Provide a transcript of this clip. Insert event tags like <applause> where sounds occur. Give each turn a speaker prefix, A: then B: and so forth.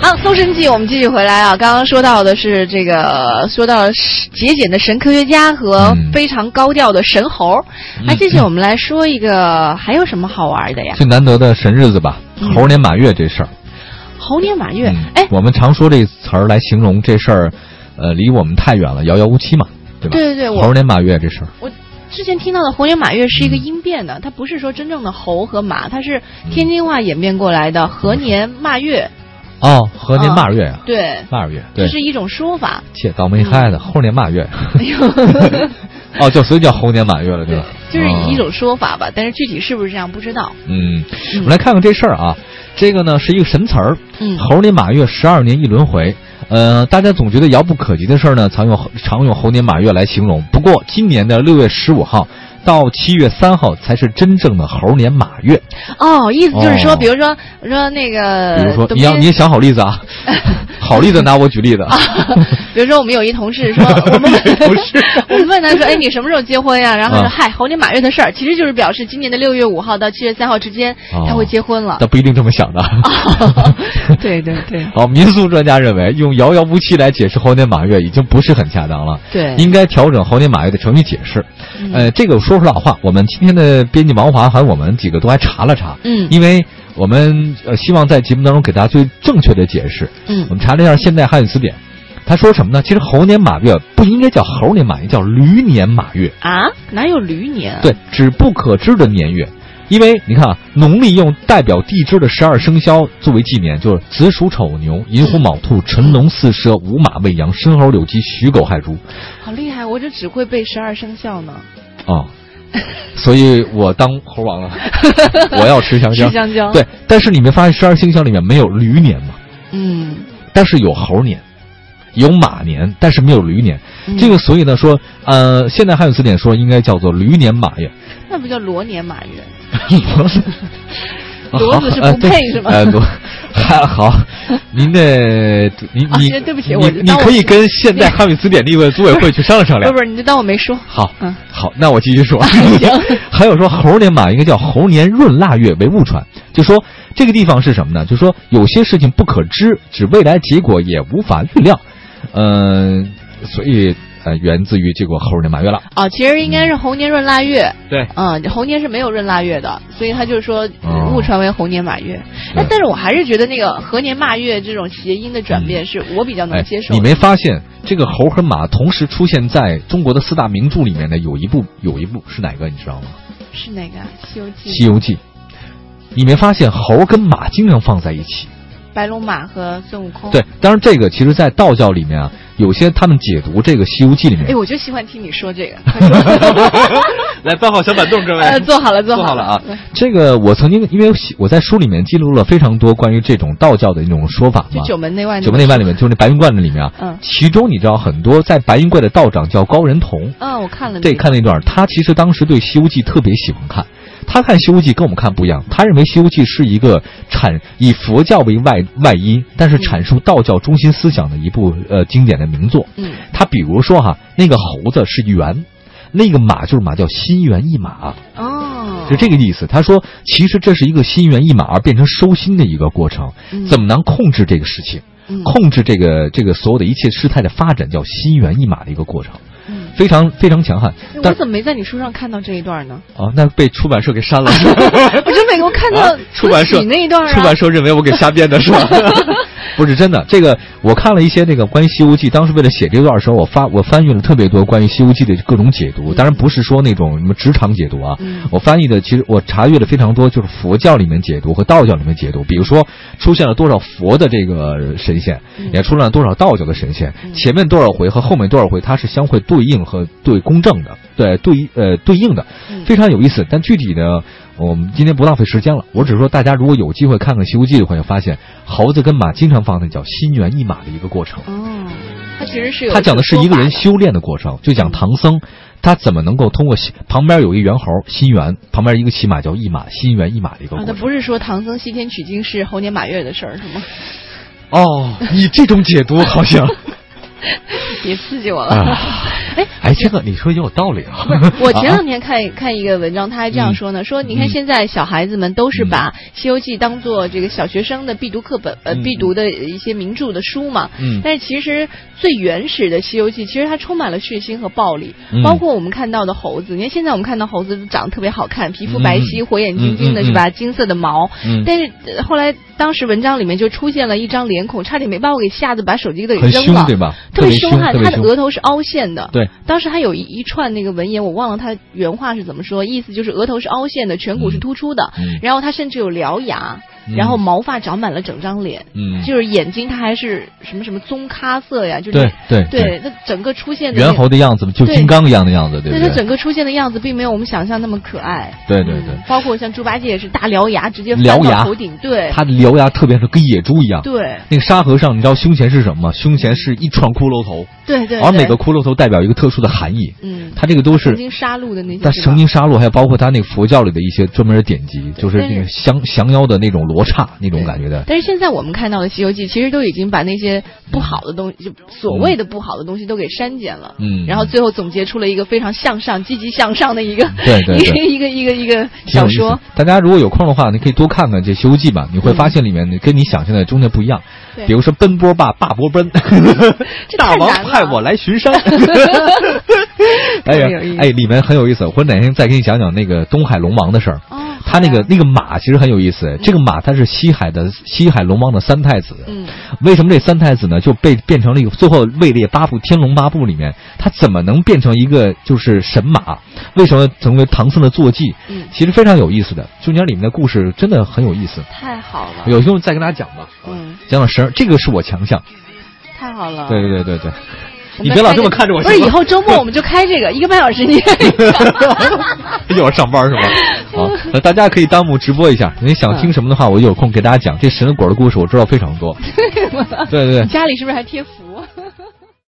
A: 啊，搜神记，我们继续回来啊。刚刚说到的是这个，说到节俭的神科学家和
B: 嗯
A: 非常高调的神猴儿。哎，
B: 嗯
A: 这次我们来说一个，还有什么好玩的呀？
B: 最难得的神日子吧，猴年马月这事儿。
A: 猴年马月
B: 嗯，
A: 哎，
B: 我们常说这词儿来形容这事儿，呃，离我们太远了，遥遥无期嘛，对吧？
A: 对对对，
B: 猴嗯
A: 我
B: 年马月这事儿，
A: 我之前听到的猴年马月是一个音变的，它不是说真正的猴和马，它是天津话演变过来的和年骂月。
B: 哦，猴年马月呀、
A: 对，
B: <laughs> 马月，对
A: 这，是一种说法。
B: 切倒霉嗨的，猴年马月，
A: 哎呦。
B: <laughs> 哦，就所以叫猴年马月了，
A: 对
B: 吧？，
A: 就是一
B: 哦
A: 种说法吧，但是具体是不是这样不知道。
B: 嗯，我们来看看这事儿啊，这个呢是一个神词儿，
A: 嗯
B: 猴年马月十二年一轮回。呃，大家总觉得遥不可及的事儿呢，常用常用猴年马月来形容。不过今年的六月十五号到七月三号才是真正的猴年马月。
A: 哦，意思就是说，
B: 哦
A: 比如说，我说那个，
B: 比如说，
A: 董
B: 你要
A: 斌
B: 你也想好例
A: <laughs>
B: 子啊，好例子拿我举例子。啊
A: 比如说我们有一同事
B: <laughs>
A: 说，我们问我们问他说，哎，你什么时候结婚呀、然后他说，
B: 啊
A: 嗨，猴年马月的事儿，其实就是表示今年的六月五号到七月三号之间、
B: 哦
A: 他会结婚了
B: 但。不一定这么想的。
A: <laughs> 对对
B: <laughs>
A: 对
B: 好，民俗专家认为，用遥遥无期来解释猴年马月已经不是很恰当了。
A: 对，
B: 应该调整猴年马月的成语解释。
A: 嗯
B: 呃，这个说实老话，我们今天的编辑王华还有我们几个都还查了查，
A: 嗯
B: 因为我们呃希望在节目当中给大家最正确的解释。
A: 嗯
B: 我们查了一下现代汉语词典，他说什么呢？其实猴年马月不应该叫猴年马月，叫驴年马月，
A: 啊，哪有驴年？，
B: 对，指不可知的年月。因为你看啊，农历用代表地支的十二生肖作为纪年，就是子鼠、丑牛、寅虎、卯兔、辰龙、巳蛇、午马、未羊、申猴、酉鸡、戌狗、亥猪。
A: 好厉害，我就只会背十二生肖呢。 <laughs>
B: 啊、所以我当猴王了，我要吃香蕉。
A: 吃香蕉
B: 对，但是你没发现十二生肖里面没有驴年吗？
A: 嗯，
B: 但是有猴年，有马年，但是没有驴年。
A: 嗯
B: 这个所以呢说，呃，现代汉语词典说应该叫做驴年
A: <laughs>
B: 马月。
A: 那不叫骡年马月。
B: 啊
A: 骡子是
B: 好呃
A: 不配
B: 对
A: 是吗
B: 呃，骡， <laughs> 还好，您这，您
A: 啊
B: 你
A: 对对不起
B: 你
A: 我
B: 你
A: 当我
B: 可以跟现代汉语词典立委组委会去商量商
A: 不是
B: 量
A: 不。是，你就当我没说。
B: 好，
A: 嗯
B: 好，那我继续说。
A: <laughs> 行
B: <laughs> 还有说猴年马应该叫猴年闰腊月为误传，就说这个地方是什么呢？就说有些事情不可知，指未来结果也无法预料。嗯、所以呃，源自于这个猴年马月了。哎
A: 哦，其实应该是猴年闰腊月。
B: 对，
A: 嗯，猴年是没有闰腊月的，所以他就是说
B: 哦
A: 误传为猴年马月。哎
B: 对，
A: 但是我还是觉得那个和年骂月这种谐音的转变，是我比较能
B: 哎
A: 接，受
B: 你
A: 的。
B: 没发现这个猴和马同时出现在中国的四大名著里面呢？有一部有一部是哪个？你知道吗？
A: 是哪个啊？《西游记》
B: 《西游记》。你没发现猴跟马经常放在一起？
A: 白龙马和孙悟空。
B: 对，，当然这个其实，在道教里面啊，有些他们解读这个《西游记》里
A: 哎，
B: 面。
A: 我就喜欢听你说这个。快说
B: <laughs> 来，搬好小板凳，各
A: 呃，坐好了，
B: 坐
A: 好
B: 好了啊
A: 对！
B: 这个我曾经因为我在书里面记录了非常多关于这种道教的那种说法
A: 就
B: 嘛。
A: 九门内外。
B: 啊九门内外里面，就是那白云观的里面啊，
A: 嗯
B: 其中你知道很多在白云观的道长叫高人同，
A: 嗯，我看了。
B: 这看。那段儿，
A: 嗯
B: 他其实当时对《西游记》特别喜欢看。他看《西游记》跟我们看不一样，他认为《西游记》是一个阐以佛教为外外衣，但是阐述道教中心思想的一部呃经典的名作。
A: 嗯，
B: 他比如说哈，那个猴子是猿，那个马就是马，叫心猿意马，
A: 哦。
B: 就这个意思。他说，其实这是一个心猿意马而变成收心的一个过程，
A: 嗯
B: 怎么能控制这个事情，
A: 嗯
B: 控制这个这个所有的一切事态的发展，叫心猿意马的一个过程，
A: 嗯
B: 非常非常强悍。
A: 哎我
B: 但
A: 怎么没在你书上看到这一段
B: <laughs>
A: 呢？
B: 哦，那被出版社给删了。
A: 我真没，我 <laughs> 看到
B: 啊出版社
A: 你那一段啊。
B: 出版社认为我给瞎编的是
A: <laughs>
B: 吧？不是真的，这个我看了一些那个关于《西游记》，当时为了写这段的时候，我发我翻阅了特别多关于《西游记》的各种解读，当然不是说那种什么职场解读啊，
A: 嗯
B: 我翻译的其实我查阅了非常多，就是佛教里面解读和道教里面解读，比如说出现了多少佛的这个神仙，
A: 嗯
B: 也出现了多少道教的神仙，
A: 嗯
B: 前面多少回和后面多少回它是相会对应和对公正的，对对呃对应的，
A: 嗯
B: 非常有意思。但具体呢，我们今天不浪费时间了。我只是说，大家如果有机会看看《西游记》的话，会发现猴子跟马经常放在叫心猿意马的一个过程。
A: 哦，他其实是有
B: 他讲的是一个人
A: 说法
B: 修炼的过程，就讲唐僧他怎么能够通过西旁边有一猿猴心猿，旁边一个骑马叫一马，心猿意马的一
A: 的啊，
B: 个过
A: 他
B: 程。
A: 不是说唐僧西天取经是猴年马月的事儿是
B: <laughs>
A: 吗？ <laughs>
B: 哦，你这种解读好像
A: 别刺激我了。
B: 啊
A: 哎，
B: 哎，这个你说也有道理啊。
A: <laughs>
B: 嗯
A: 我前两天看看一个文章，他还这样说呢，说你看现在小孩子们都是把《西游记》当做这个小学生的必读课本，呃，
B: 嗯
A: 必读的一些名著的书嘛。
B: 嗯
A: 但是其实最原始的《西游记》，其实它充满了血腥和暴力
B: 嗯，
A: 包括我们看到的猴子。你看现在我们看到猴子都长得特别好看，皮肤白皙，
B: 嗯
A: 火眼金睛
B: 嗯嗯
A: 的是吧？
B: 嗯
A: 金色的毛。
B: 嗯
A: 但是呃后来当时文章里面就出现了一张脸孔，差点没把我给吓得把手机都给
B: 很
A: 扔了
B: 凶，对吧？
A: 特别凶悍，
B: 特别
A: 他的
B: 凶。
A: 额头是凹陷的。
B: 对，
A: 当时还有一一串那个文言，我忘了他原话是怎么说，意思就是额头是凹陷的，颧骨是突出的，
B: 嗯
A: 然后他甚至有獠牙，
B: 嗯
A: 然后毛发长满了整张脸，
B: 嗯，
A: 就是眼睛他还是什么什么棕咖色呀，就是
B: 对对
A: 对，那整个出现的那
B: 猿猴的样子嘛，就
A: 对
B: 金刚一样的样子，对
A: 对
B: 不
A: 它
B: 对？
A: 整个出现的样子并没有我们想象那么可爱。
B: 对对
A: 嗯
B: 对
A: 包括像猪八戒也是大獠牙，直接翻
B: 獠牙
A: 到头顶，对
B: 它的獠牙特别是跟野猪一样。
A: 对
B: 那个沙和尚，你知道胸前是什么吗？胸前是一串骷髅头，
A: 对嗯对，
B: 而每
A: 对
B: 个骷髅头代表一个特殊的含义。
A: 嗯，
B: 它这个都是
A: 曾经杀戮的那些，
B: 他
A: 是吧
B: 圣经杀戮，还有包括他那个佛教里的一些专门的典籍，就是那个
A: 但
B: 降降妖的那种罗刹那种感觉的。
A: 但是现在我们看到的《西游记》，其实都已经把那些不好的东西，就所谓的不好的东西都给删减了。
B: 嗯
A: 然后最后总结出了一个非常向上、积极向上的一个
B: 对对
A: <laughs>
B: 对
A: 一个一个一个一个
B: 挺有
A: 小
B: 意思
A: 说。，
B: 大家如果有空的话，你可以多看看这《西游记》吧，你会发现里面跟你想象的中间不一样。
A: 对
B: 比如说奔波霸，霸波奔，
A: 这
B: 大
A: 太
B: 王
A: 难了
B: 派我来
A: <laughs>
B: 巡山。哎
A: 太有意
B: 呀，
A: 思
B: 哎，里面很有意思，我哪天再给你讲讲那个东海龙王的事儿。
A: 哦，
B: 他那个
A: 好呀
B: 那个马其实很有意思，这个马它是西海的西海龙王的三太子，
A: 嗯，
B: 为什么这三太子呢就被变成了一个最后位列八部《天龙八部》里面，他怎么能变成一个就是神马？为什么成为唐僧的坐骑？
A: 嗯
B: 其实非常有意思的，中间里面的故事真的很有意思，
A: 太好了，
B: 啊有空再跟大家讲吧。
A: 嗯，
B: 讲讲神儿，这个是我强项。
A: 太好了。
B: 对对对对对，
A: 我们
B: 你
A: 再
B: 别老
A: 开
B: 这么
A: 个
B: 看着我
A: 不
B: 行
A: 是，
B: 吗
A: 以后
B: <laughs>
A: 周末我们就开这个一个半小时，你
B: 一会儿上
A: <laughs>
B: 班是吧？好，那大家可以弹幕直播一下，你想
A: 嗯 <laughs>
B: 听什么的话，我有空给大家讲。这神的果的故事我知道非常多。对对对
A: 你，家里是不是还贴符？